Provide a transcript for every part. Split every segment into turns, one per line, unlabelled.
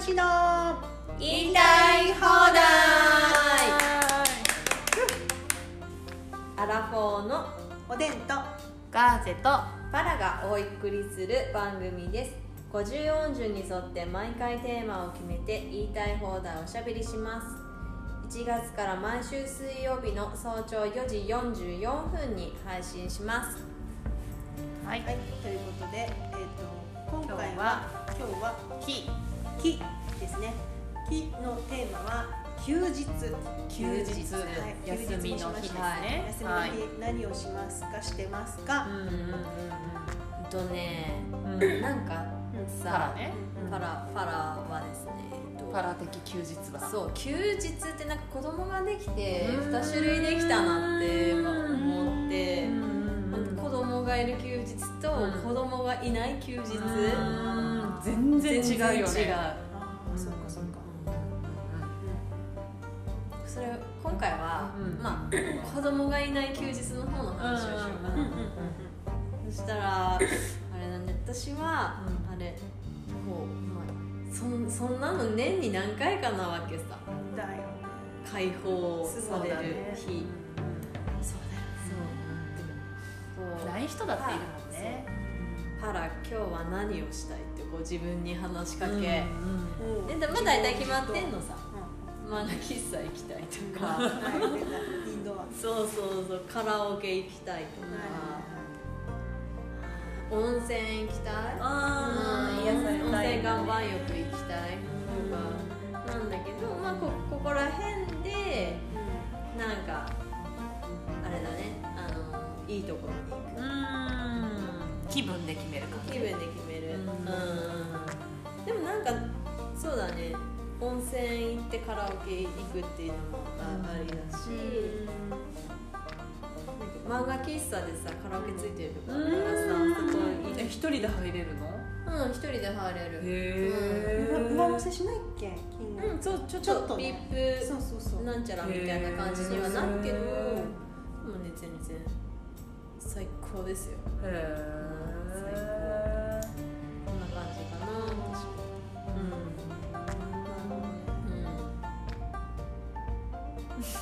しの
言いたい放題アラフォーの
おでんと
ガーゼと
パラがお送りする番組です50音順に沿って毎回テーマを決めて言いたい放題おしゃべりします1月から毎週水曜日の早朝4時44分に配信します
はい
はいということで、えー、と今回は今日は
火
「木」ですね「木」のテーマは「休日」
休日
はい
休みの日ですね
はい休みの
はい
日何をしますかしてますか
うんうんうんうんとね
うん
なんか
うん
パラ
さ
ね
うん
パラパラはですねえっと
パラ的休日だ
そう休日ってなんか子供ができて
うん
2種類できたなって思って
うんうんうん
子供がいる休日と
うん
子供がいない休日
うん全然違うよ
全然違
ね
ああそうかそうか
うそれ今回は、
うん
まあ、子供がいない休日の方の話をしようかな、
うん
うんうんうん
そしたらあれなんで私は、あれこう、まあ、そんそんなの年に何回かなわけさ
だよね
解放
そ
さ
う
れ
だ
る
ね
日そうだよそうこう
ない人だっているもんね
パラ今日は何をしたいってこう自分に話しかけ、
うん
で
うん
でも大体決まってんのさ
う
漫画喫茶行きたい
ん
と
は
か
い出たインドア
そうそうそうカラオケ行きたいとか温泉行きたい
あー
うん
癒され
温
たい
泉岩盤浴行きたいとかなんだけどまあこここら辺でなんかあれだねあのいいところに行く
うん気分で決める感
気分で決めるう
うんん
でもなんかそうだね温泉行ってカラオケ行くっていうのもあありだし、漫画喫茶でさカラオケついてるとかだからさすごいいい
え一人で入れるの
うん一人で入れる
へ
うん
ー
上乗せしないっけ金
う
額
んそうちょ
ちょっ
っ
と
と
ね
ビッ
そうそうそう
プなんちゃらみたいな感じにはなるけどでもね全然最高ですよ
へえ
こんな感じかな私はうん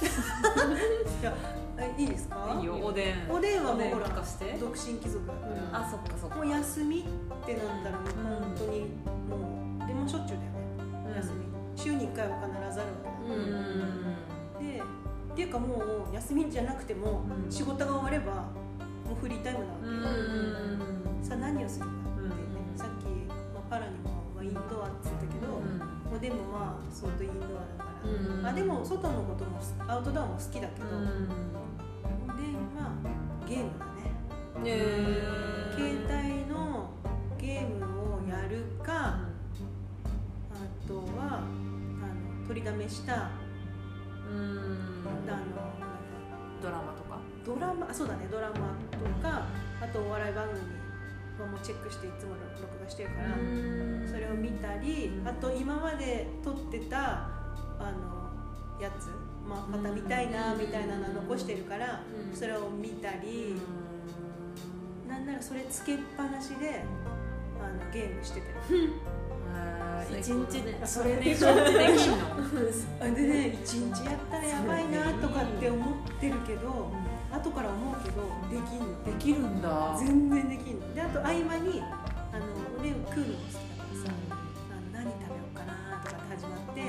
いやえいいですか
いいよおでん
おでんはもう
お
ほ
聞
ら
かして
独身貴族だから
うん
あそっかそっか
もう休みってなったらもう本当にもうでもしょっちゅうだよね
うん
休み週に1回は必ずあるわけだ
うんうん
でっていうかもう休みじゃなくても
うん
仕事が終わればもうフリータイムなわけ、
うん
さあ何をするかってね、
うん
さっき、まあ、パラにも、まあ、インドアって言ったけど、おでんもまあ相当インドアだから、
うん
まあ、でも外のこともアウトドアも好きだけど、でまあゲームだね、
ねえ
携帯のゲームをやるか、あとはあの取りだめしたあの
ドラマとか
ドラマあそうだねドラマとかあとお笑い番組はもうチェックしていつも録画してるから、それを見たり
うん
あと今まで撮ってたあのやつ、まあ、また見たいな
うん
みたいなの残してるから、
うん
それを見たり、なんならそれつけっぱなしであのゲームしてて
一
最高だね
日それで一日できんの
あでね一日やったらやばいなとかって思ってるけど、後から思うけどできんの
できるんだ
全然できんのであと合間にあの俺食うのも好きだからさ、あの何食べようかなとかって始まって、で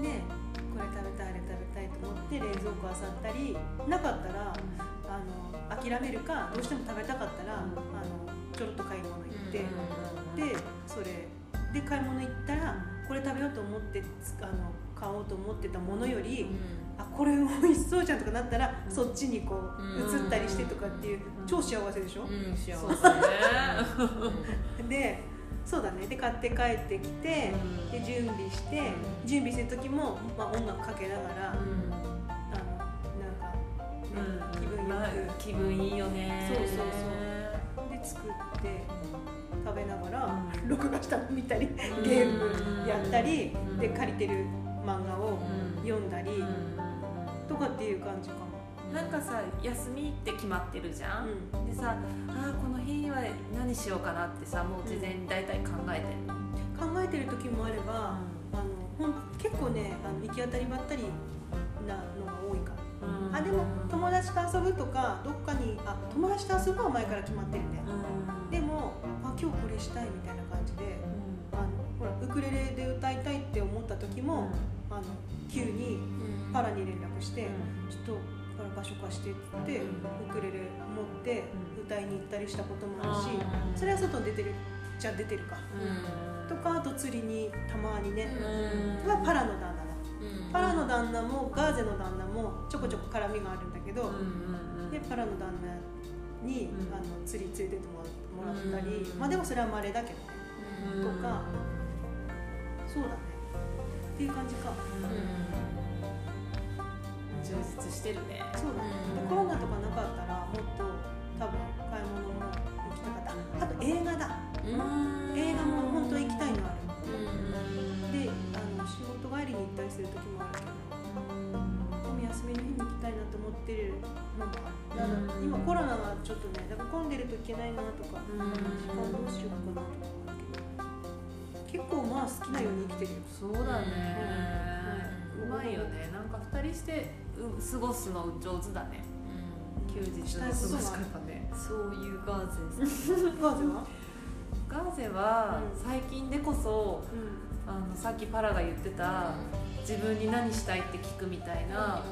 これ食べたいあれ食べたいと思って冷蔵庫漁ったりなかったらあの諦めるかどうしても食べたかったら、
うん
あのちょろっと買い物行って、
うん
でそれで買い物行ったらこれ食べようと思ってつあの買おうと思ってたものより、あこれ美味しそうじゃんとかなったら、そっちにこう
うん
移ったりしてとかっていう、
うん
超幸せでしょ、
うん幸
そうですね
でそうだねで買って帰ってきて、
うん
で準備して準備してる時も、まあ、音楽かけながら、あのなんか、ね気分よく
気分いいよね
そうそうで作って食べながら、
う
録画したの見たりゲ
うん
ームやったり、
うん
で借りてる漫画を
うん
読んだり、と
と
かっていう感じかも。
なんかさ休みって決まってるじゃん
うん
でさあーこの日は何しようかなってさもう事前に大体考えてる
考えてる時もあれば、あのほん結構ねあの行き当たりばったりなのが多いから。
うん
あでも友達と遊ぶとかどっかにあ友達と遊ぶは前から決まってるね
うん
でもあ今日これしたいみたいな感じであのほらウクレレで歌いたいって思った時も、あの急にパラに連絡して、ちょっとパラ場所貸してって言って、ウクレレ持って歌いに行ったりしたこともあるし、
あー
それは外に出てるじゃ出てるか、とかあと釣りにたまにね、
うん
はパラの旦那だパラの旦那もガーゼの旦那もちょこちょこ絡みがあるんだけど、
うんうんうん
でパラの旦那に、
うん
あの釣り連れてってもらもらったり、
うん
まあでもそれは稀だけどね
うん
とかそうだねっていう感じか
充実してるね
そうだね、
うん
でコロナとかなかったらもっと多分買い物も行きたかったあと映画だ映画も本当行きたいのあるであの仕事帰りに行ったりする時もあるけどでも休みの日に行きたいなと思ってるのもあるなんか
うん
今コロナはちょっとねだから混んでるといけないなとか
うん
時間どうしようかなとか思うけど結構まあ好きなように生きてるよ
そうだねうまいよねなんか二人してう過ごすの上手だね休日の過ごし方ね
そういうガーゼです
ガーゼは
ガーゼは
うん
最近でこそ
うん
あのさっきパラが言ってた自分に何したいって聞くみたいな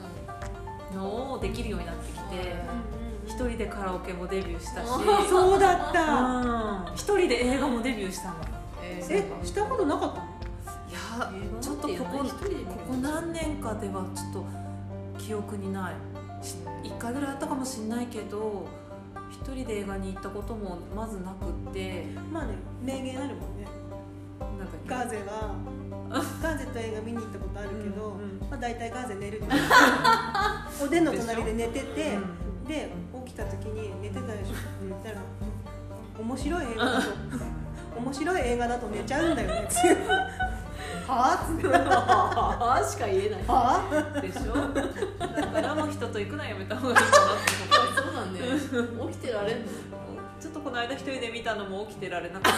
のをできるようになってきて一人でカラオケもデビューしたし
そうだった
うん一人で映画もデビューしたの
えしたことなかったの
い
映
や
画なんて
ちょっとここ
一人で見る
ここ何年かではちょっと記憶にないし一回ぐらいあったかもしれないけど一人で映画に行ったこともまずなくって
まあね名言あるもんね
なんだっけ
ガーゼはガーゼと映画見に行ったことあるけど、
うん
まあ、大体ガーゼ 寝るおでんの隣で寝てて
うん
で起きた時に寝てたでしょって言ったら面白い映画だと 面白い映画だと寝ちゃうんだよね ってはあっつっては
ああしか言えないそう
あ
でしょだからもう人と行くのはやめた方がいいかなって思
だ
っ
ね起きてられんの
たちょっとこの間一人で見たのも起きてられなかっ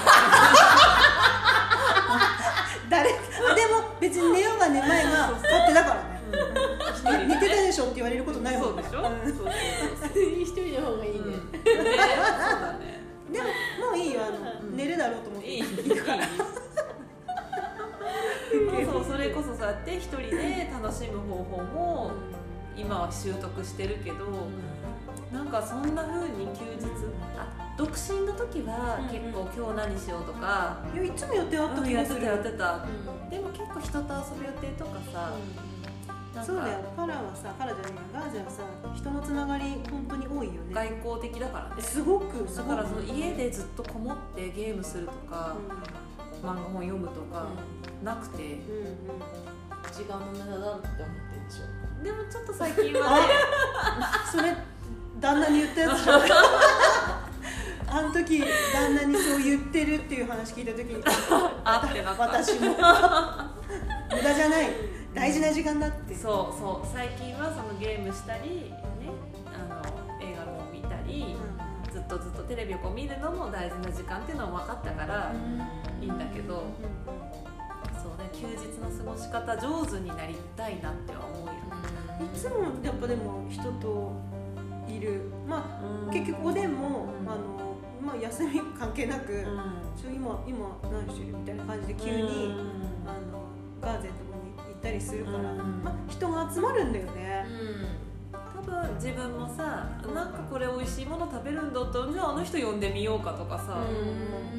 誰あ でも別に寝ようが寝まいが勝手だからね
た一人で
寝てたでしょって言われることないも
そ
ん
う
ね
でしょ、そうそう
一人の方がいいね
そう、うん、ねそうだね
でももういいよあの、
うん
寝るだろうと思って
いいいいからそうそれこそそうやって一人で楽しむ方法も今は習得してるけどなんかそんな風に休日あ独身の時は
うんう
結
ん
構今日何しようとか、
いやいつも予定あった気
や
が
っ
す
て
る
たやってたでも結構人と遊ぶ予定とかさ、なん
そうだよ
か
パラはさパラじゃねえやガーゼはさ人のつながり本当に多いよね
外交的だからね
すごくす
だ
ごく
からその家でずっとこもってゲームするとか、漫画本読むとかなくて、
うんうんうん
時間の無駄だって思ってるでしょ
でもちょっと最近は ね
あそれ旦那に言ったやつじゃないあの時旦那にそう言ってるっていう話聞いた時に
あってなった
私も無駄じゃない大事な時間だって
そうそう最近はそのゲームしたりねあの映画も見たり、ずっとずっとテレビをこう見るのも大事な時間っていうのは分かったから、いいんだけど、そうね休日の過ごし方上手になりたいなっては思うよね、
いつもやっぱでも人といるまあ結
結
局おでんも、
うん
あのまあ、休み関係なく、
局、
ちょ今今何してるみたいな感じで急に、あのガーゼのとこに行ったりするから、
うん
まあ、人が集まるんだよね、
多分自分もさなんかこれ美味しいもの食べるんだったらじゃああの人呼んでみようかとかさ、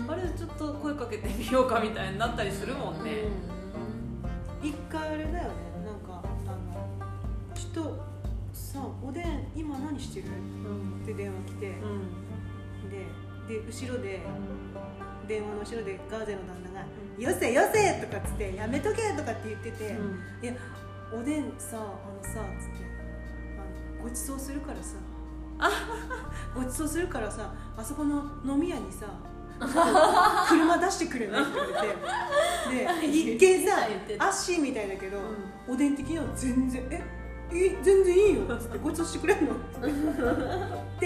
あれちょっと声かけてみようかみたいになったりするもんね、
一回あれだよねなんかあのちょっとさおでん今何してる
うん
って電話来て、でで後ろで電話の後ろでガーゼの旦那が「よせよせ!」とかっつって「やめとけ!」とかって言ってて、おでんさあのさつってあのごちそうするからさごちそうするからさあそこの飲み屋にさ車出してくれないって言われてで一見さ
言ってた
アッシーみたいだけど、おでん的には全然ええ全然いいよっつってごちそうしてくれんのって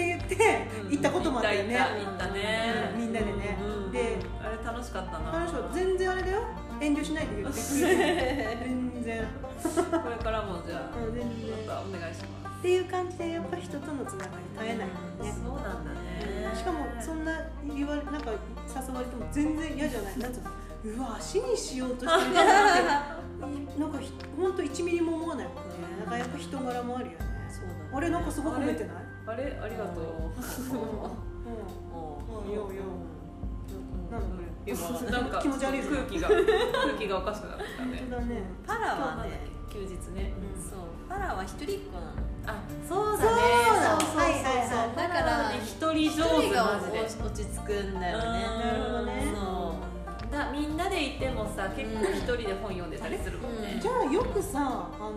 言って
うん
行ったこともあったよね
行った行った行ったね、
うんみんなでね
うん
で
あれ楽しかったな
彼女全然あれだよあ遠慮しないで言ってくれる全然、
これからもじゃあ
うん、全然
またお願いしま
っていう感じでやっぱ人とのつながり絶えないもんね
すそうなんだね
しかもそ んな言われなんか誘われても全然嫌じゃないなんつうのうわ足にしようとしてるじゃんってなんかひほんと1ミリも思わないもんねなんかやっぱ人柄もあるよね
そうだね
あれなんかすごく褒めてない
あれありがとう
う
も
んうん
う
ようよ
うん
なんだこれ
今なんか
気持ち悪いぞ
空気が空気がおかしくなってきた
本
ね
当だね
パラはね
休日ね
うん
そうパラは一人っ子なの
あそう
そうだ
だね
はいはいはい
だから
ね一人
一
上手
人が
マジで
落ち着くんだよ
うん
ね
なるほどね
そう
だみんなでいてもさ結構一人で本読んでたりするもん
うん
ね
じゃあよくさあの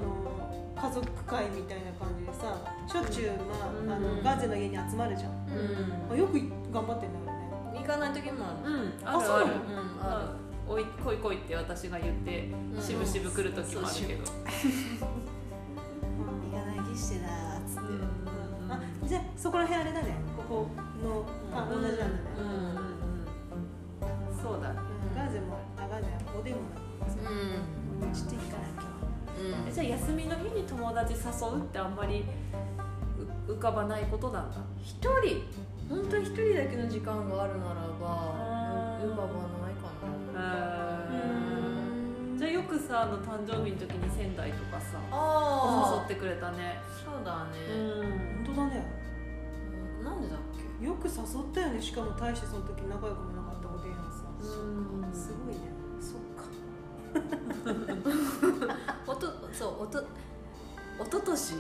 家族会みたいな感じでさしょっちゅう、まああ
う
の
ん
ガーゼの家に集まるじゃん、
う
あよく頑張ってんだよね
ん行かない時もあ
う
る
ん
あ
ある
そうな
ある
の
うんあ
まあおい来い来いって私が言って
うん
しぶしぶ来る時もあるけど
る行かない気してだーっつって
うんうん
あじゃあそこら辺あれだねここのあ
う
同
ん
じなんだね、
うんうんうんそうだ
ん
ガーゼもあガーゼおでんも
う
ちょっといいかな今
んうん
えじゃあ休みの日に友達誘うってあんまりう浮かばないことなんだ
一人本当に一人だけの時間があるならば
あー
う浮かばないかな
日
じゃあよくさあの誕生日の時に仙台とかさ
あ
誘ってくれたね
あそうだね、
ん
本当だね
うんなんでだっけ
よく誘ったよねしかも大してその時仲良くもなかったおでんはさ、
うん
すごいねそっか
おとそうおとおととし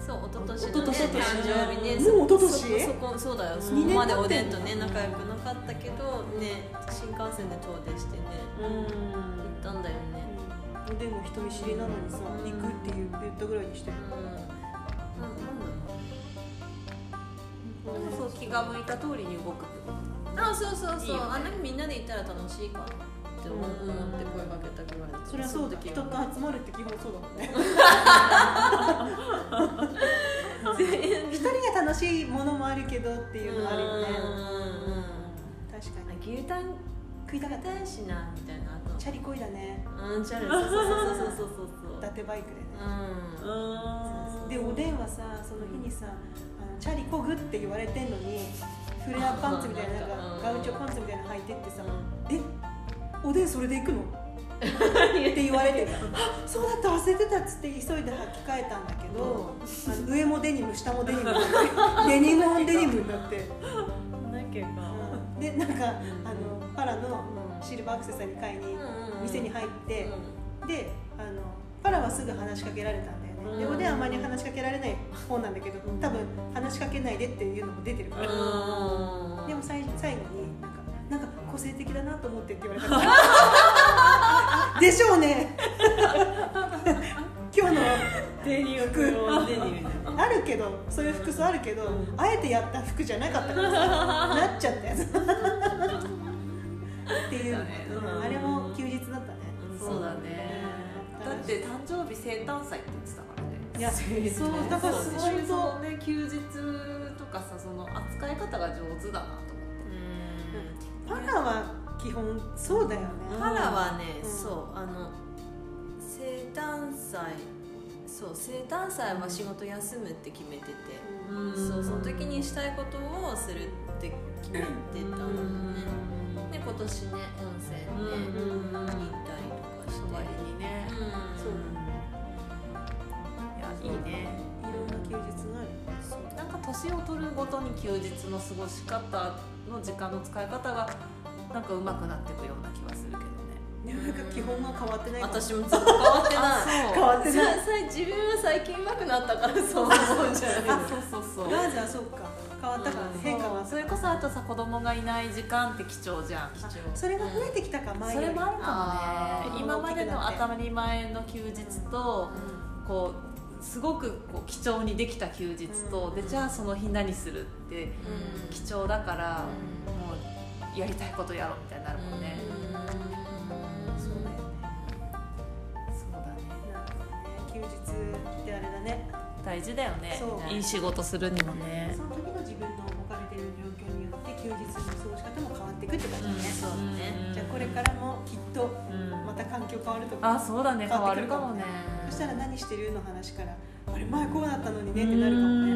そうおととしの、ね、
おととし
誕生日ね
もうお
そ
ととし
そそこそうだよそこ
二年
まで
経
お
って
で
ん
ん
の
とね仲良くなかったけどね新幹線で遠出してね行
うん
ったんだよね
おでんの人見知りなのにさ行くって言う言ったぐらいにして
うんななん
でもそう気が向いた通りに動くってこと
だろうあそうそうそう
いいよね
あなんかみんなで行ったら楽しいかなって思って
うん
声かけたぐらいだった
そりゃそうだ
け
人
ど
と集まるって基本そうだもんね一人が楽しいものもあるけどっていうのもあるよね
うんうんうん
確かに
牛タン
食いたかった
食いたいしなみたいなあと
チャリこいだね
うんチャレそうそうそうそうそうそう
伊達バイクでね
うん
う
でおでんはさその日にさあのチャリこぐって言われてんのにフレアパンツみたいななん
うん
かガウチョパンツみたいなの履いてってさ
う
「えおでんそれで行く の?」って言われて「あそうだった忘れてた」っつって急いで履き替えたんだけど、あの上もデニム下もデニムになってデニムオンデニムになって、
んだけど
うんでなんかあのパラのシルバーアクセサリー買いに店に
入
入
っ
って、であのパラはすぐ話しかけられたんだよね、で
うん
おでんあまり話しかけられない方なんだけど多分話しかけないでっていうのも出てるから、でも最最後になんか「なんか個性的だなと思って」って言われたからでしょうね今日の
デニム
服
デニム
あるけどそういう服装あるけど、あえてやった服じゃなかったからさなっちゃったやつっていう、
ね
うんあれも休日だったね、
うん
そうだね
うん
だって誕生日生誕祭って言ってたからね
いやそうだからすごい
そう
と
そのね休日とかさその扱い方が上手だなと思って
パラは基本そうだよね、
パラはね、
うん
そうあの生誕祭そう生誕祭は仕事休むって決めてて、
うん
そうその時にしたいことをするって決めてた
うん
のね、で今年ね温泉で
うんうん
行ったりとかして、
泊まりにね
うん
そう
いやいいね
いろんな休日がある
なんか年を取るごとに休日の過ごし方の時間の使い方がなんか上手くなっていくような気はするけど
ね
ね
なんか基本が変わってないから
私もずっと変わってない
変わってない
ささ自分は最近上手くなったからそう思うんじゃない
あそうそうそう
ガーゼはそうか変わったからね
うん
変化は
それこそあとさ子供がいない時間って貴重じゃん
それが増えてきたか前
そ
より
れもある
あ
かも
ー
ね今までの当たり前の休日とこうすごくこう貴重にできた休日と
うん
でじゃあその日何するって
うん
貴重だからもうやりたいことやろうみたいになるもんね
そうだよね
そうだね
なんかね休日ってあれだね
大事だよね
そう
いい仕事するにもね
その時の自分の置かれている状況によって休日の過ごし方も変わってっていくってことだね、
そうだね
じゃあこれからもきっと
うん
また環境変わるとか
あそうだね変わるかもね
そしたら何してるの話からあれ前こうだったのにねってなるかもね
う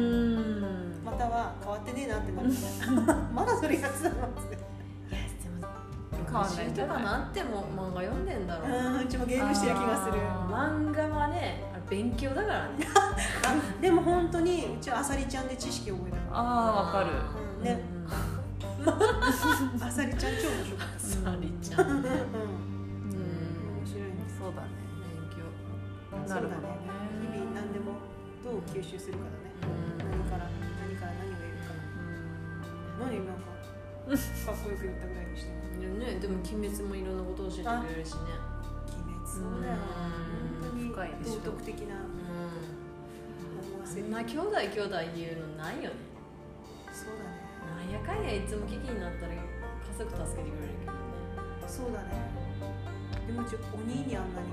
ん
または変わってねえなってなる からまだそれやつだなっつって
いやでも
変わんない
60
ん
と
じゃ
か
ない
なっても漫画読んでんだろうな
うんうちもゲームしてる気がする
漫画はねあれ勉強だからね
あでも本当にうちはあさりちゃんで知識覚えたか
ああわかる
ら、うん、
ね
ねあさりちゃん超面白かったです
サリちゃん
うんう
う
んん面
うん
白いね
そうだね
勉強
なるほどね
日々何でもどう吸収するかだね何から何から何を得るか何なんかかっこよく言ったぐらいにしても
うんねでも「鬼滅」もいろんなことを教えてくれるしね
鬼滅そうだよ
うん
本
深い
当
でし
に道徳的
ょ
な
うん
思わ
そ
せる
んな兄弟兄弟言うのないよね
そうだね
なんやかんやいつも危機になったら家族助けてくれるけどね
そうだねでもうち鬼にあんなに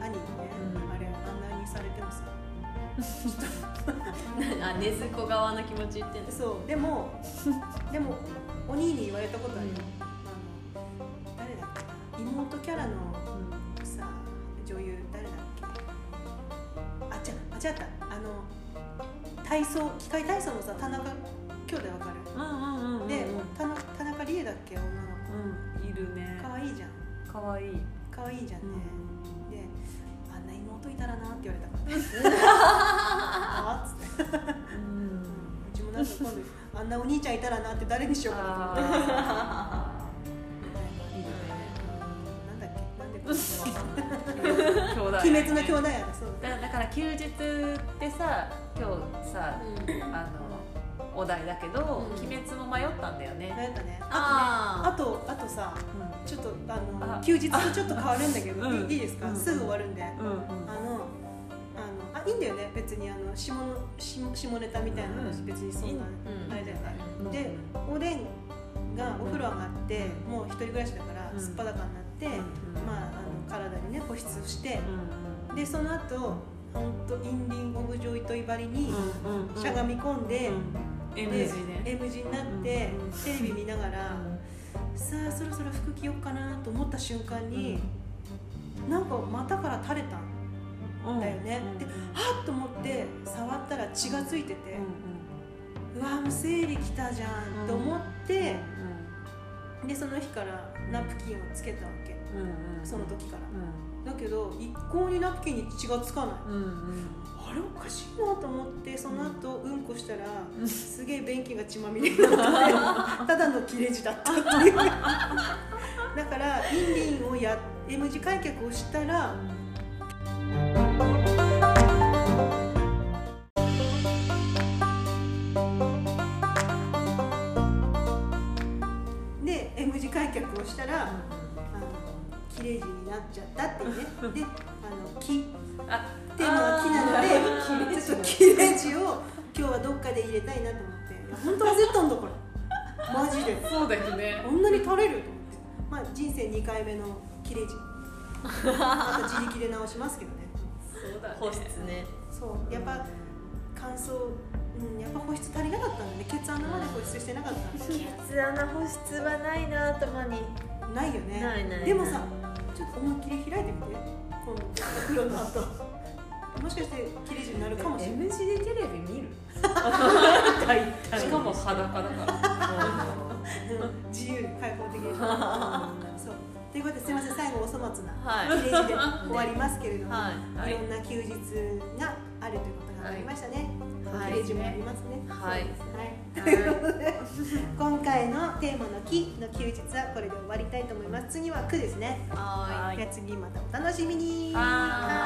兄兄にね、
うん
あれあんなにされてもさ
あ根津子側の気持ち言ってんの
そうでもでも鬼に言われたことあるよ、あの誰だっけ妹キャラのさ女優誰だっけあちゃあ違ったあの体操機械体操のさ田中兄弟わかる、
うんうんうんうん
で田中田中理恵だっけ女の
うんいるね
子可愛いじゃん
かわいい
可愛いじゃんね、であんな妹いたらなって言われたから あっつって
う
う
ん
ちもなんか今度あんなお兄ちゃんいたらなって誰にしようかなと思って
あ
いいよねなんだっけなんでこんなのわかんない
ー兄弟
鬼滅の兄弟やなそうだ
だだから休日ってさ今日さあのお題だけど
うん
「鬼滅」も迷ったんだよね
迷ったねあ
あ
とあとさちょっとあの
あ
休日とちょっと変わるんだけど
あうん
いいいですか
うん
すぐ終わるんであ
うんうん
のあのあいいんだよね別にあの下の下下ネタみたいな話
うん
別にそんな
うん
あれだよね
うん
でおでんがお風呂上がって
うん
もう一人暮らしだから
うん
すっぱだかになって
うん
まああの体にね保湿して
うん
でその後本当インディンゴブジョイトイバリに、
うんうん
しゃがみ込んで、
うん
で
M 字ね
M 字になって、
うん
テレビ見ながら、さあそろそろ服着ようかなと思った瞬間に、なんか股から垂れたん
うん
だよね
うん
で
うん
はっと思って触ったら血がついてて、
うん
うわもう生理来たじゃん、
うん
と思ってでその日からナプキンをつけたわけ
うんうんうん
その時から、
うん
だけど一向にナプキンに血がつかない
うんうん
あれおかしいなと思ってその後うんこしたら、
うん
すげえ便器が血まみれになってただの切れ字だったっていうだからインリンをや M 字開脚をしたらで M 字開脚をしたら、あの切れ字になっちゃったって いうねであの木
あ
っていうのは木なのでちょっと切れ字を今日はどっかで入れたいなと思っていや本当焦ったんだこれマジで
そうだよね
こんなに垂れると思ってまあ人生2回目の切れ字あと自力で直しますけどね
そうだね
保湿ね
そうやっぱ乾燥うんやっぱ保湿足りなかったんだね血穴まで保湿してなかった
血穴保湿はないな頭に
ないよね
ないないない
でもさちょっと思いっきり開いてみて今度黒の後もしかして切れ字になるかもしれない
M 字でテレビ見る
しかも裸だから
うん自由開放的 でしょそうということですいません最後お粗末な
はい
イメージで終わりますけれども、、
はい
ろんな休日があるということが分かりましたね。
はい
イメージもありますね。
は
は
い
い。
はい
今回のテーマの木の休日はこれで終わりたいと思います。次は区ですね。
はーい
じゃあ次またお楽しみに。
はーい